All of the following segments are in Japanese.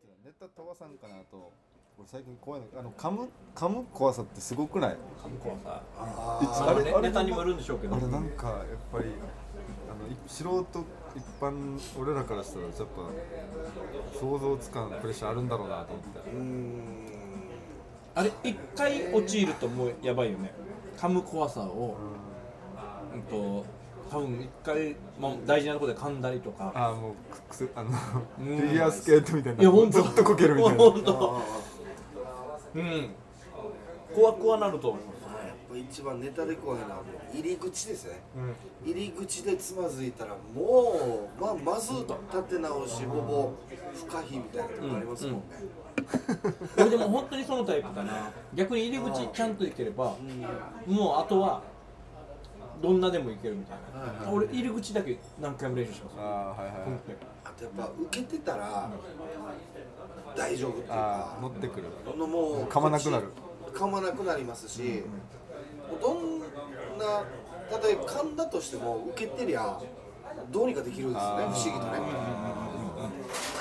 けどネタ飛ばさんかなと俺最近怖いのあの噛む噛む怖さってすごくない噛む怖さあまあねネタにもよるんでしょうけどあれなんかやっぱりあのい素人一般俺らからしたらやっぱ想像つかんプレッシャーあるんだろうなと思ってあれ一回陥るともうやばいよね噛む怖さをうんと多分一回、まあ、大事なところで噛んだりとかああもうくくすあのフんィギュアスケートみたいないや本当ずっとこけるみ たいな本当うん怖くはなると思いますやっぱ一番ネタで怖いのはもう入り口ですね、入り口でつまずいたらもう、まあ、まず立て直しほぼ不可避みたいなとこありますもんね、俺でも本当にそのタイプかな逆に入り口ちゃんといければもうあとはどんなでもいけるみたいな俺入り口だけ何回も練習しますああはいはいはいあとやっぱ受けてたら大丈夫っていうあかあ乗ってくるこのもう噛まなくなる噛まなくなりますし、もうどんな例えば噛んだとしても受けてりゃどうにかできるんですよね不思議とね、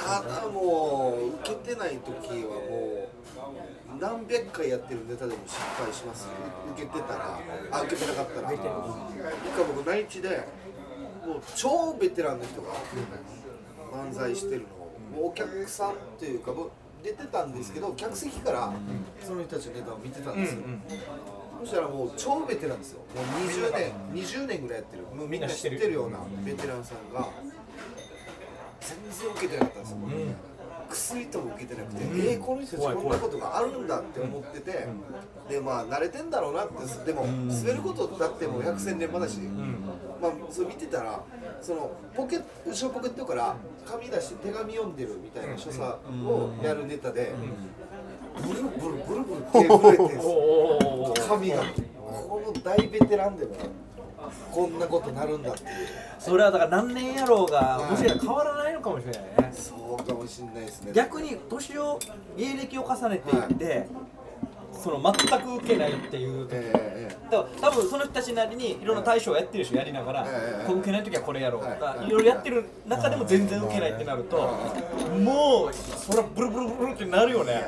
ただもう受けてない時はもう何百回やってるネタでも失敗しますね受けてたらあ受けてなかったら一回僕内地でもう超ベテランの人が漫才してるのをもうお客さんというか僕出てたんですけど客席からその人たちのネタを見てたんですよ、そしたらもう超ベテランですよもう20年20年ぐらいやってるもうみんな知ってるようなベテランさんが全然受けてなかったんですよ、薬とも受けてなくて、えーこの人たちこんなことがあるんだって思ってて、でまあ慣れてんだろうなってでも滑ることだってもう百戦錬磨だし、まあそれ見てたらそのポケ後ろポケットから紙出して手紙読んでるみたいな所作をやるネタで、ブルブルブルブル手震えてるんですよ髪がこの大ベテランでもこんなことなるんだっていうそれはだから何年やろうがもしかしたら変わらないのかもしれないねそうかもしれないですね逆に年を芸歴を重ねていって、その全く受けないっていう時、ええだから多分その人たちなりにいろんな対象をやってる人やりながら、ええこう受けない時はこれやろうとか、はいいろいろやってる中でも全然受けないってなると、もうそりゃブルブルブルってなるよね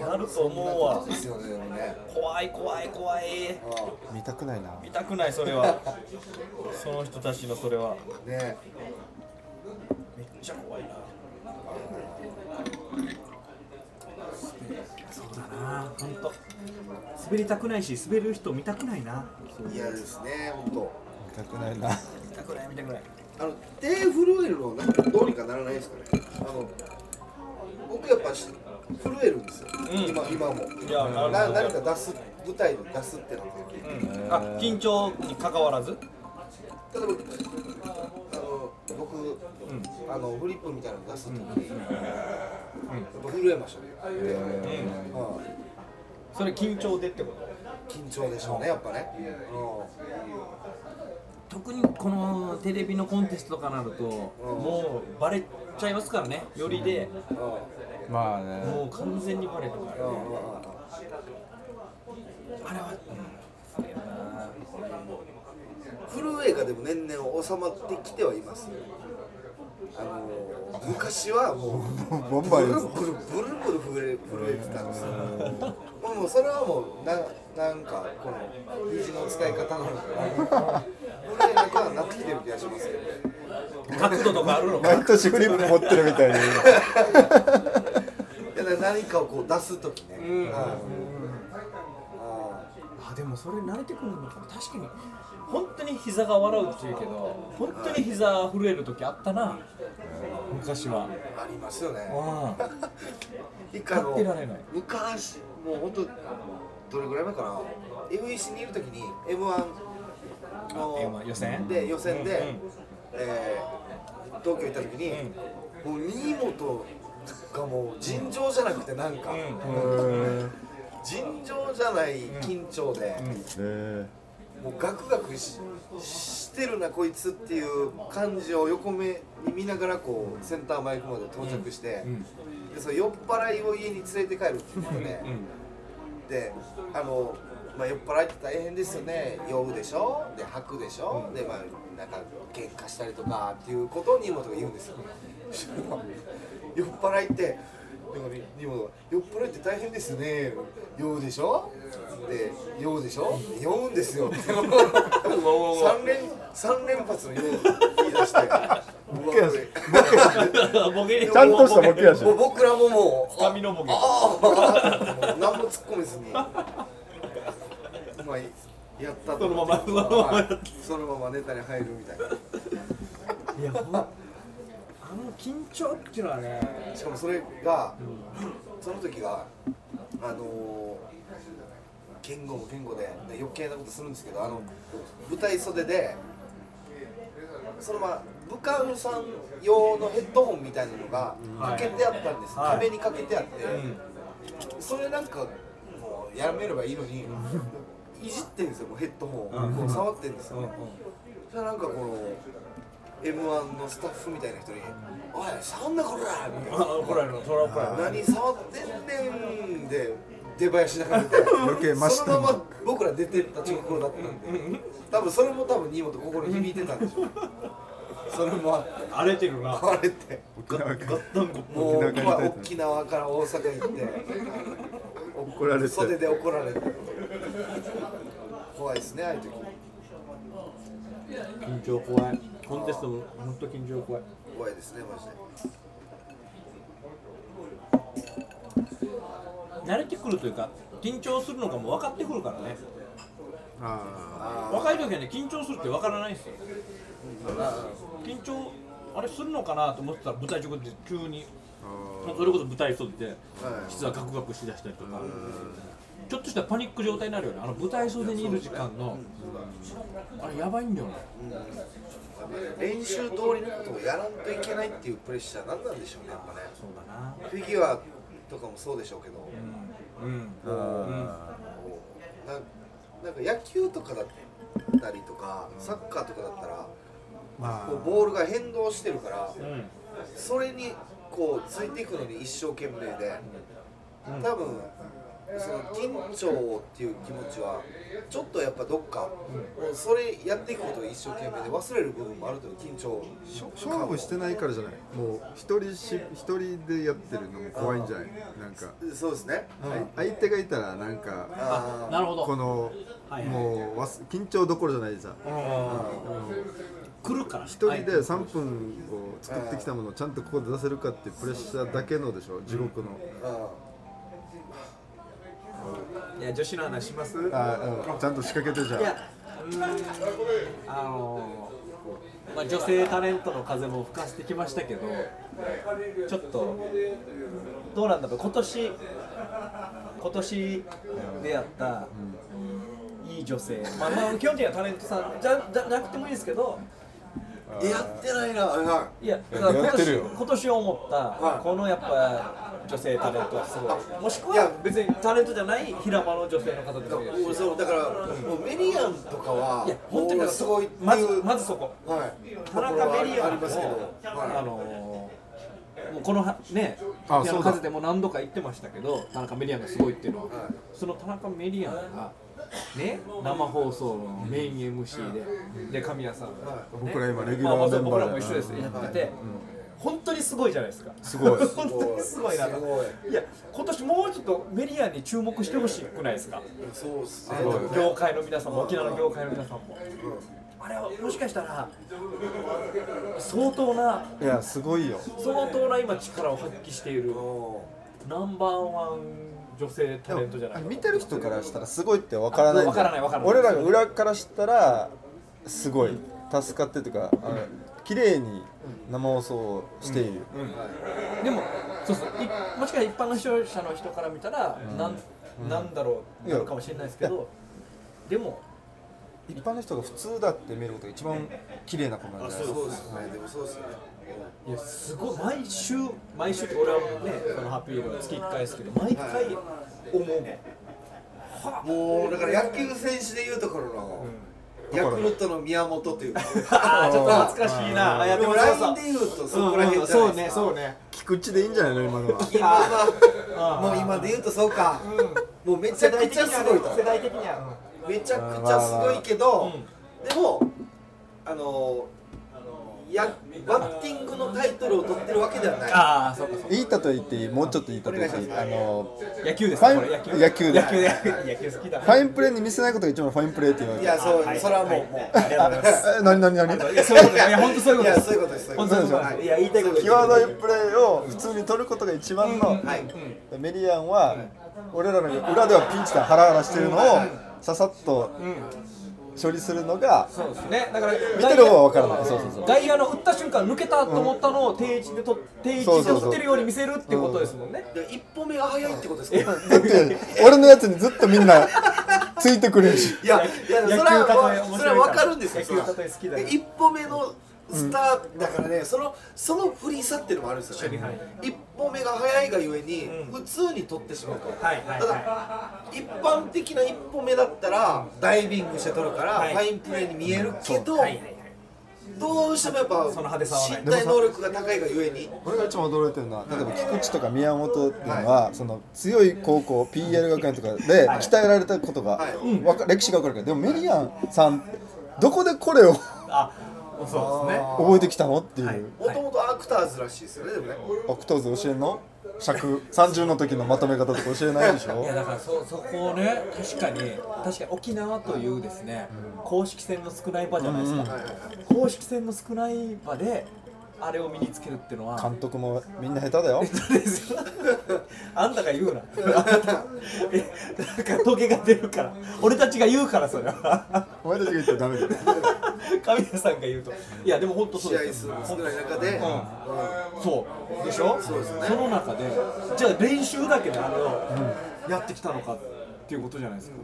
なると思うわそうですよねでもね怖い怖い怖い見たくないな見たくないそれはその人たちのそれはねめっちゃ怖いなそうだな本当滑りたくないし滑る人見たくないないやですね本見たくないな見たくない見たくない当あの手震えるのなんかどうにかならないですかねあの僕やっぱし震えるんですよ、今今もいやなるなほど何か出す舞台で出すってなった時うんあ緊張に関わらず例えばあの僕、あのフリップみたいなの出す時に、やっぱ震えましたね、うんそれ緊張でってこと緊張でしょうねやっぱね、特にこのテレビのコンテストとかなるともうバレちゃいますからねよりでうんうんまあねもう完全にバレるからうんうんあれは震えがでも年々収まってきてはいますよあの昔はもうボンバイブでルすブルブルブル震え震えてたんですよもうそれはもうななんかこの肘の使い方なのかな震えなくはなってきてる気がしますけどね 角度とかあるのか毎年フリップ持ってるみたいにいやだから何かをこう出す時ね、はいあでもそれ慣れてくるのか確かに本当に膝が笑うっていうけど本当に膝震える時あったな昔はありますよねああ一回あの立ってられない昔もう本当どれぐらい前かな FEC にいる時に m 1の M1 予選で予選で、うんうんえー東京行った時に、もう新本がもう尋常じゃなくてなんか、尋常じゃない緊張で、ねもうガクガクししてるなこいつっていう感じを横目に見ながらこうセンターマイクまで到着して、でその酔っ払いを家に連れて帰るっていうことで、であの、まあ、酔っ払いって大変ですよね酔うでしょで吐くでしょ、でまあなんか喧嘩したりとかっていうことを荷物が言うんですよ。 酔っ払いってなんかみにも酔っ払いって大変ですね酔うでしょで酔うでしょ酔うんですよ三連三連発の酔う言い出してボケやしボケちゃんとしたボケやしもう僕らももう髪のボケああ何も突っ込めずにまあやったと思ってそのままそのままはいそのままネタに入るみたいないやほんあの緊張っていうのはねしかもそれがその時があのー、言語も言語でで余計なことするんですけどあの舞台袖でそのまあ武漢さん用のヘッドホンみたいなのがはいかけてあったんです、はい壁にかけてあって、うんそれなんかもうやめればいいのにいじってんですよもうヘッドホンを、うんこう触ってんですよ、うんうんそしたらなんかこの m 1のスタッフみたいな人に「おい触んなこら!」みたいあ怒られるのそれは怒られるな「何触ってんねん」で出囃子流れて余計増しそたのまま僕ら出てった直後だったんで多分それも多分新本心に響いてたんでしょうそれも あって荒れてるなあれって沖縄かガらッタンコもう沖縄帰りたいと沖縄から大阪行って怒られて袖で怒られて怖いですねああいう時緊張怖いコンテストも本当緊張怖い怖いですねマジで慣れてくるというか緊張するのかも分かってくるからねあ若い時はね緊張するって分からないんですよ緊張あれするのかなと思ってたら舞台直後で急にーあそれこそ舞台袖ではい実はガクガクしだしたりとかちょっとしたパニック状態になるよねあの舞台袖にいる時間のあれやばいんだよね練習通りのことをやらんといけないっていうプレッシャー何なんでしょうねやっぱねそうだなフィギュアとかもそうでしょうけど、うんーあななんか野球とかだったりとかサッカーとかだったらまこうボールが変動してるからうんうんそれにこうついていくのに一生懸命で多分その緊張っていう気持ちはちょっとやっぱどっかもうそれやっていくことを一生懸命で忘れる部分もあるという緊張勝負してないからじゃないもう一人し一人でやってるのも怖いんじゃないなんかそうですね相手がいたらなんかあーなるほどこのはいはいもうわす緊張どころじゃないさ来るから一人で3分を作ってきたものをちゃんとここで出せるかっていうプレッシャーだけのでしょ地獄のあいや女子の話しますあーうんちゃんと仕掛けてじゃいんや、うーんあのーまあ、女性タレントの風も吹かせてきましたけど、ちょっと、どうなんだろう、今年今年出会った、いい女性、まあ、まあ基本的にはタレントさんじゃじゃなくてもいいですけど、ーやってないなはいや、だから今やってる年よ今年思った、はいこのやっぱ女性タレントはすごい、もしくいやは別にタレントじゃない平場の女性の方でもいいですいそうだからもうメリアンとかはいや、本当もにうすごいっていうまずまずそこ。はい田中メリアありンもますけどあはのーもうこのはね、ああそうのだ数でも何度か言ってましたけど、田中メリアンがすごいっていうのは、いはいその田中メリアンが、ね、生放送のメイン MC で、で神谷さんが、ね僕ら今レギュまラあーメまンバーあ、だ僕らも一緒です、やってて、本当にすごいじゃないですか。すごい。 本当にすごいなと。すごいいや、今年もうちょっとメリアンに注目してほしくないですか。そうですね業界の皆さんも沖縄の業界の皆さんも、あれはもしかしたら相当ないやすごいよ相当な今力を発揮しているもナンバーワン女性タレントじゃない見てる人からしたらすごいってわからないわからないわからない俺らが裏からしたらすごい助かってとかあの綺麗に生放送をしている、でもそうそういもしかしたら一般の視聴者の人から見たら、なんなんだろういやなのかもしれないですけどでも一般の人が普通だって見ることが一番綺麗なことなんじゃないでうすかそうですねでもそうですねいやすごい毎週毎週って俺はねこのハッピーエールは月1回ですけど毎回思う、もうだから野球選手でいうところのヤクルトの宮本というかああちょっと懐かしいなあやでもそうそう LINE でいうとそこら辺じゃないですかうんうんそうねそうね菊池でいいんじゃないの今の は今はもう今で言うとそうかもうめちゃくちゃすごいと世代的にはめちゃくちゃすごいけどうんでもあのやバッティングのタイトルを取ってるわけではないああそうかそうかいい例え言っていいもうちょっといい例え言っていいあの野球ですかファインこれ野野球球で野球で 野球好きだファインプレーに見せないことが一番のファインプレーって言われいてるやそう、はいそれはもう、はいもうありがとうございますえ何何何いやそういうこといや本当そういうこといでやすそういうことですそういうこ本と当でにすそうはいいや言いたいこと 際どいプレーを普通に取ることが一番の、はいメリアンは、俺らの裏ではピンチでハラハラしてるのをささっと処理するのがそうですねだから見てる方は分からないそうそうそう外野の打った瞬間抜けたと思ったのを定位置でと定位置で打ってるように見せるってことですもんねで一歩目が早いってことですかだって俺のやつにずっとみんなついてくれるしいやいやそれ野球例え面白いかはらそれは分かるんですよそれは野球例え好きだよで一歩目のスターだからね、そのその振り差っていうのもあるんですよね、はい一歩目が早いがゆえに、普通に取ってしまうと、はいはいただ一般的な一歩目だったらダイビングして取るから、はいファインプレーに見えるけど、はいはいはいどうしてもやっぱその派手さはない身体能力が高いがゆえに俺が一番驚いてるのは例えば菊池とか宮本っていうのは、その強い高校 PL 学園とかで鍛えられたことが、はいわか歴史が分かるからでもメリアンさんどこでこれをあそうですね覚えてきたのっていう、もともとアクターズらしいですよねでもねアクターズ教えんの尺30の時のまとめ方とか教えないでしょいやだからそそこをね確かに確かに沖縄というですね、公式戦の少ない場じゃないですか、公式戦の少ない場であれを身につけるっていうのは監督もみんな下手だよ当ですよ あんたが言うなあんたえなんかトゲが出るから俺たちが言うからそれは お前たちが言ったらダメだよ神谷さんが言うといやでも本当そう試合です数よも少ない中で、そうでしょそうです、ね、その中でじゃあ練習だけであれをやってきたのかっていうことじゃないですか、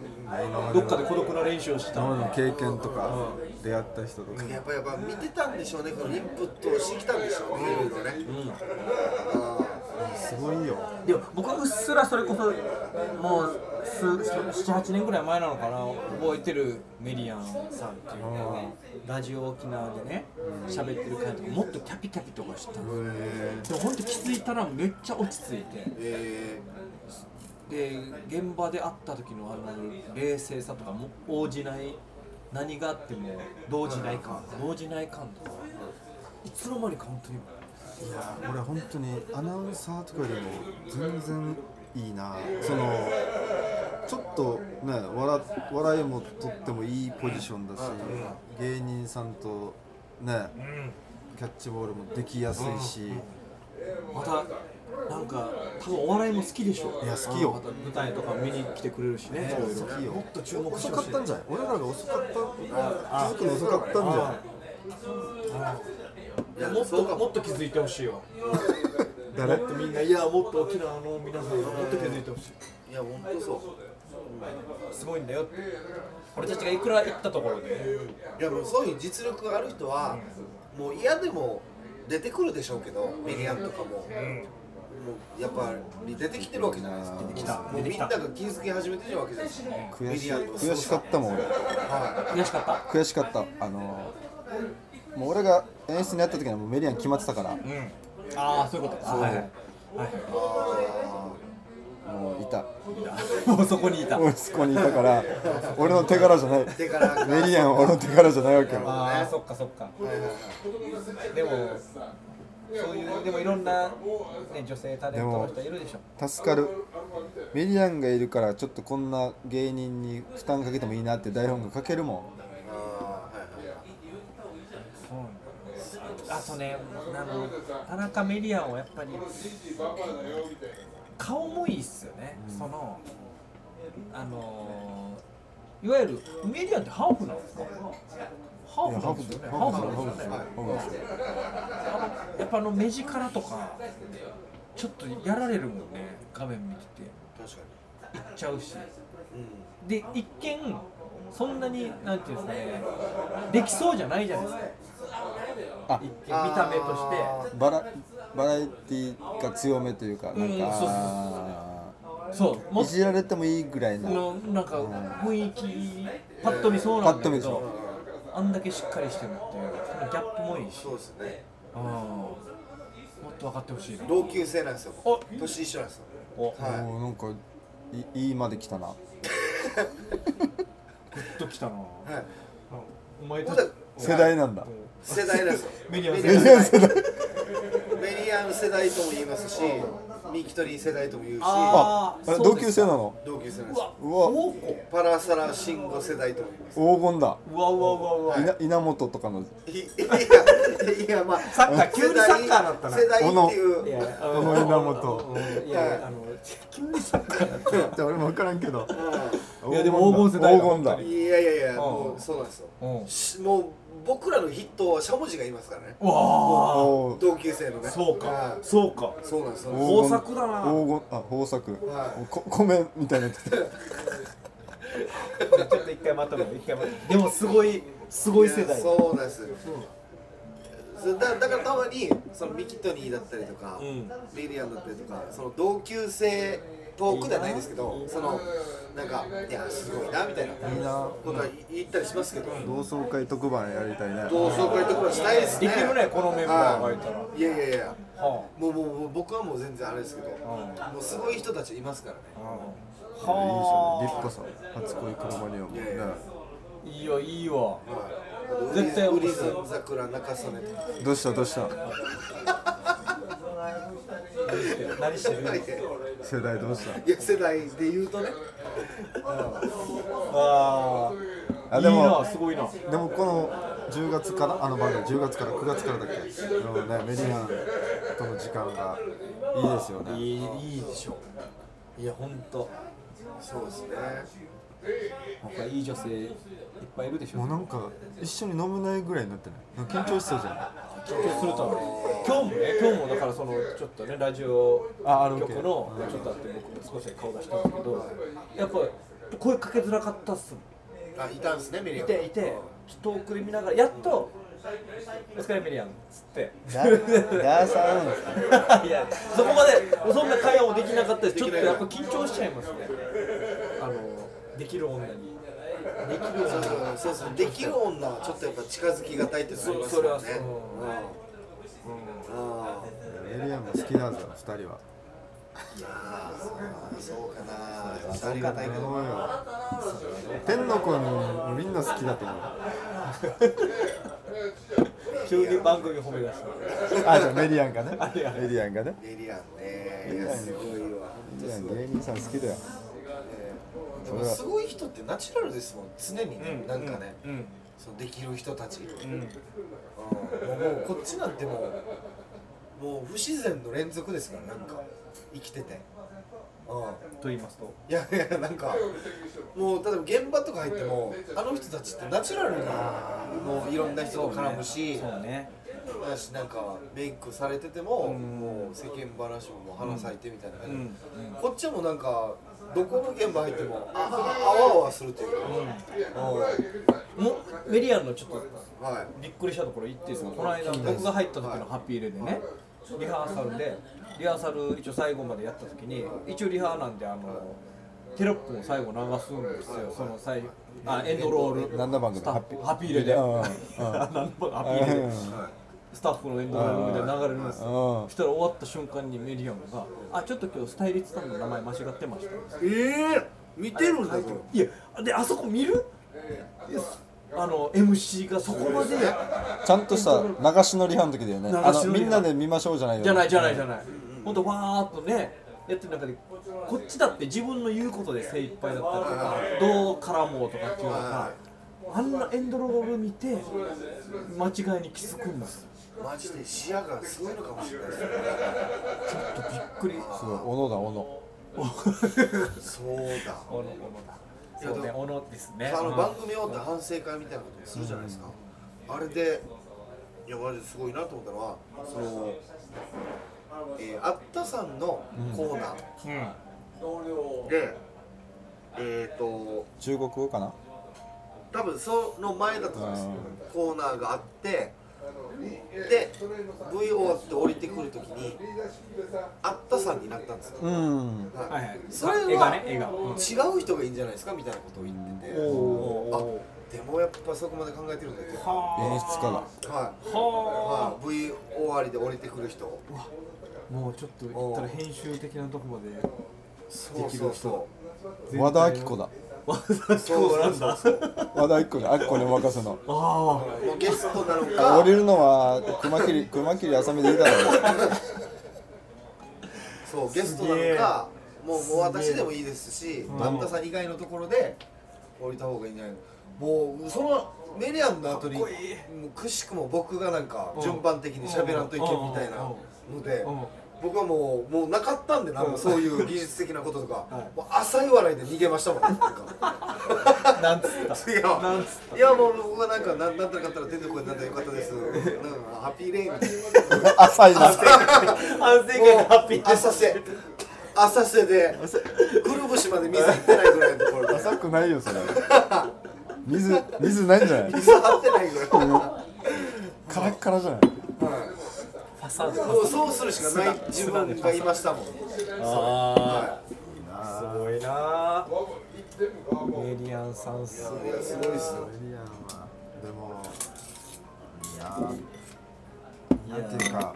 どっかで孤独な練習をした今のまでの経験とか出会った人とかやっぱやっぱ見てたんでしょうね、このインプットをしてきたんでしょうね、いろいろね。すごいよでも僕はうっすらそれこそもう78年ぐらい前なのかな覚えてるメリアンさんっていうねラジオ沖縄でね喋ってる回とかもっとキャピキャピとかしてたんですよでも本当気づいたらめっちゃ落ち着いてえで現場で会った時のあの冷静さとかも応じない何があっても動じない感動じない感とかいつの間にか本当にいや俺本当にアナウンサーとかよりも全然いいなそのちょっとね笑笑いもとってもいいポジションだし芸人さんとねキャッチボールもできやすいしまたなんか多分お笑いも好きでしょいや好きよまた舞台とか見に来てくれるしねいろいろいいよもっと注目して遅ほかしっいたんじゃない俺らが遅かった気づくの遅かったんじゃないえいやもっそうかともっと気づいてほしいわ誰もっとみんないやもっと沖縄の皆さんがもっと気づいてほしいいや、本当そう。すごいんだよって俺たちがいくら行ったところでねいや、もうそういう実力がある人は、もう嫌でも出てくるでしょうけど、メディアンとかも。もうやっぱり出てきてるわけじゃないですか。出てきた。もうみんなが気づき始めてるわけですよ。メ悔デしィアンとか。悔しかったもん俺は悔しかった悔しかったあのもう俺が演出にやった時にはもうメリアン決まってたからああそういうことかはいはいもういたもうそこにいた俺そこにいたから俺の手柄じゃない手柄がメリアンは俺の手柄じゃないわけよああそっかそっかいはいはい。でもそういうでもいろんな、ね、女性タレントの人いるでしょ助かるメリアンがいるからちょっとこんな芸人に負担かけてもいいなって台本が書けるもあーはいはいはいあとねあの田中メディアンはやっぱり顔もいいっすよね、そのあのいわゆるメディアンってハーフなんですかハーフなんですよねハーフなんですよねん、やっぱあの目力とかちょっとやられるもんね画面見てて確か行っちゃうしに。うん。で一見そんなになんていうんですかねできそうじゃないじゃないですかあ一見見た目としバラバラエティーが強めというかなんうんそうそうそうかてそうもいじられてもいいぐらいなのなんか雰囲気パッと見そうなんだけどあんだけしっかりしてるっていうそのギャップもいいしそうですね。あーもっと分かってほしいな同級生なんですよ。お年一緒なんですよ。おはい。もうなんかいいいまで来たなグッときたなはい。お前まただち世代なんだ世代なんですよメディアムメディアム世代メディアム世代とも言いますしミキトリー世代とも言うしああーあれそう同ですか級生なの同級生なんでうすわようわもうこパラサラ慎吾世代とも言います黄金だうわうわうわうわ、稲稲本とかの いやいやまあサッカー急にサッカーだったな世代世代っていういやこの稲本うんいやあの急にサッカーだったじゃあ俺も分からんけどいやでも黄金世代だ黄金だうんいやいやいやんもうそうなんですようんしもう僕らの筆頭はしゃもじがいますからねうわあおー同級生のねそうはかいそうかそうなんですよお豊作だな黄金あ豊作はいこ米みたいなやつ ちょっと一回まとめる一回まとめるでもすごいすごい世や代そうなんですよ、そうだだからたまにそのミキトニーだったりとか、うんリリアンだったりとかその同級生トークではないですけどそのなんか「いやすごいな」みたいなことは言ったりしますけど、同窓会特番やりたいね同窓会とかしたいですねできるねこのメンバーがいたらはいいやいやいやはもうもうもう僕はもう全然あれですけど、んもうすごい人たちいますからねあいいじゃん立派さ初恋クロマニオンもねいやいやいいよいいわはい絶対ウリズン桜中曽根とかどうしたどうした何してる世代どうしたいや世代で言うとねあああでもいいなすごいなでもこの10月からあの番組10月から9月からだっけのねメディアンとの時間がいいですよねいいいいでしょいやほんとそうですね他いい女性いっぱいいるでしょもうなんか一緒に飲めないぐらいになってないなんか緊張しそうじゃん緊張するとは思う今日もね今日もだからそのちょっとねラジオああるわ局けのちょっとあって僕少し顔出したんですけどやっぱ声かけづらかったっすもんあいたんですねメリいアていてちょっと遠くで見ながらやっと「お疲れミリアン」っつってダーさん いやそこまでそんな会話もできなかったですちょっとやっぱ緊張しちゃいますねあのできる女にできるそう女にそうそうできる女はちょっとやっぱ近づきがたいっていうのがありまそすよねそれはうんあメディアンも好きだぞ2人はーいやーそうかなそうかなありがたいけどそうよ天の子のみんな好きだと思う急に番組褒め出したあじゃあメディアンがねあれあれメディアンがねメリアンねいやすごいわメディアン芸人さん好きだよでもすごい人ってナチュラルですもん常にねなんかねうんそのできる人たちうんうんもうもうこっちなんてもうもう不自然の連続ですからなんか生きててうんと言いますといやいやなんかもう例えば現場とか入ってもあの人たちってナチュラルにもういろんな人と絡むしそうねだしなんかメイクされててもんもう世間話ももう花咲いてみたいな感じ、うんこっちはもうなんかどこの現場入ってもああわあわするというか、うんはいもうメリアンのちょっとはいびっくりしたところ行っていいですかこの間僕が入った時のハッピーレでねリハーサルでリハーサル一応最後までやった時に一応リハなんであのテロップを最後流すんですよその最あエンドロール何の番組スタッフハッピーレでうん何の番ハッピーレでスタッフのエンドロールみたいなの流れるんですようんそしたら終わった瞬間にメリアンが「あちょっと今日スタイリストさんの名前間違ってました」ええ見てるんだぞいやであそこ見るいやあの MC がそこまでちゃんとした流しのリハの時だよねあ流しののリハみんなで見ましょうじゃないよじゃないじゃないじゃないほんとわーっとねやってる中でこっちだって自分の言うことで精一杯だったりとかどう絡もうとかっていうのがあんなエンドロール見て間違いに気づくんですよマジで視野がすごいのかもしれないですねちょっとびっくりすごい小野だ小野そうだおのおのだそうねおのですねあの番組終わった反省会みたいなことするじゃないですか、あれでいやマジですごいなと思ったのはその、えー、あったさんのコーナうんーで、えっ、と中国語かな多分その前だと思いますコーナーがあってで V 終わって降りてくるときにあったさんになったんですよ、うんはいはいはいそれは映画ね映画うん違う人がいいんじゃないですかみたいなことを言ってて、おーおーおあでもやっぱそこまで考えてるんだけどはー演出家だい、まあ、V 終わりで降りてくる人もうちょっと言ったら編集的なとこまでそうそうそ和田アキ子だ和田今日なんだ 和田アキ子にアキ子に任せのあうもうゲストなの か降りるのは熊切熊切あさみでいいだろうそうゲストなのかもうもう私でもいいですし万田さん以外のところで降りた方がいいんじゃないのもうそのメリアンの後にかっこいいもうくしくも僕がなんかうん順番的に喋らんといけんみたいなのでうんうん僕はもうもうなかったんでなもうそういう技術的なこととかはいもう浅い笑いで逃げ ましたもんなんかあなんつったいやなんつっいやもう僕がなんかなんなんとなかったら出てこいなんだよかったですなんかハッピーレイン浅いな反省会がハッピーです浅瀬浅瀬でくるぶしまで水入ってないぐらいのところで浅くないよそれ水水ないんじゃない水張ってないぐらいカラッカラじゃないファサードもうそうするしかない自分がいましたもんあはあすごいなメリアンさんすごいいやすごいっすよリアンはでもいやーなんていうか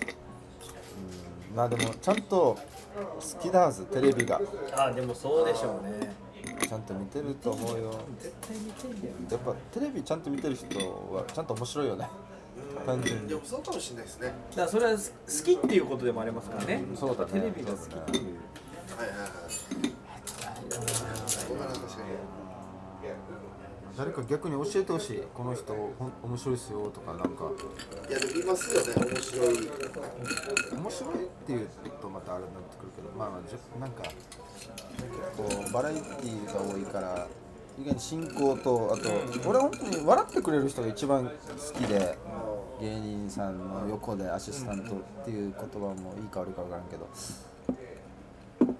まあでもちゃんと好きだはずテレビがああでもそうでしょうねちゃんと見てると思うよ絶対見てんだよやっぱテレビちゃんと見てる人はちゃんと面白いよね単純いやにそうかもしれないですねはだからそれは好きっていうことでもありますからねそうだねテレビが好きっていういはいはいそうかな確か誰か逆に教えてほしいこの人ほん面白いっすよとかなんかにいやでもいますよね面白い面白いっていうとまたあれになってくるけどまあまあじゃなんかこうバラエティーが多いから意外に進行とあと俺本当に笑ってくれる人が一番好きで芸人さんの横でアシスタントっていう言葉もいいか悪いか分からんけどな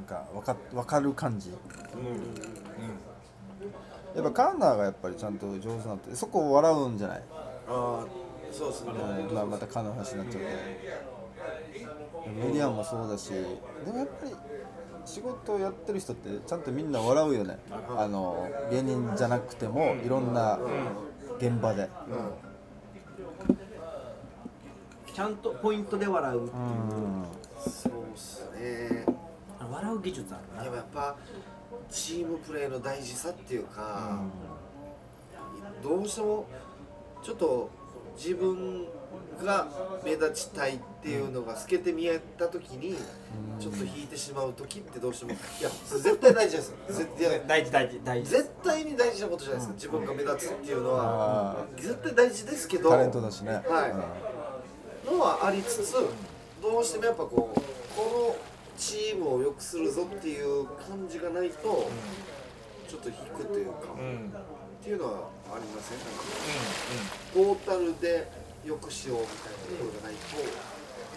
んか分か分かる感じやっぱカーナーがやっぱりちゃんと上手なってそこを笑うんじゃないああそうですねうんまあ、またカーナーの話になっちゃうけどメディアもそうだしでもやっぱり仕事をやってる人ってちゃんとみんな笑うよねあの芸人じゃなくてもいろんな現場でちゃんとポイントで笑うっていううんそうっすねあ笑う技術あるなでもやっぱチームプレーの大事さっていうか、どうしてもちょっと自分が目立ちたいっていうのが透けて見えた時にちょっと引いてしまう時ってどうしてもいやそれ絶対大事ですよ絶対大事大事大事絶対に大事なことじゃないですか自分が目立つっていうのは絶対大事ですけどタレントだしね、はういんのはありつつどうしてもやっぱこうこのチームを良くするぞっていう感じがないとちょっと引くというか、うんうんうんっていうのはありませんなんかトータルで良くしようみたいなところがないとっ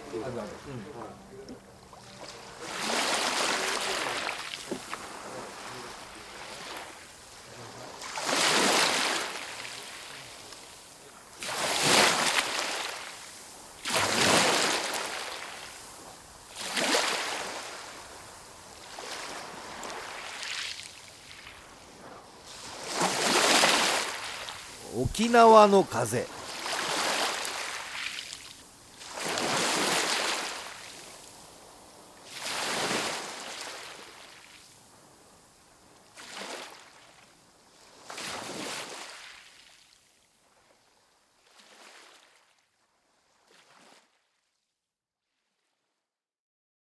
ていうあか、るある沖縄の風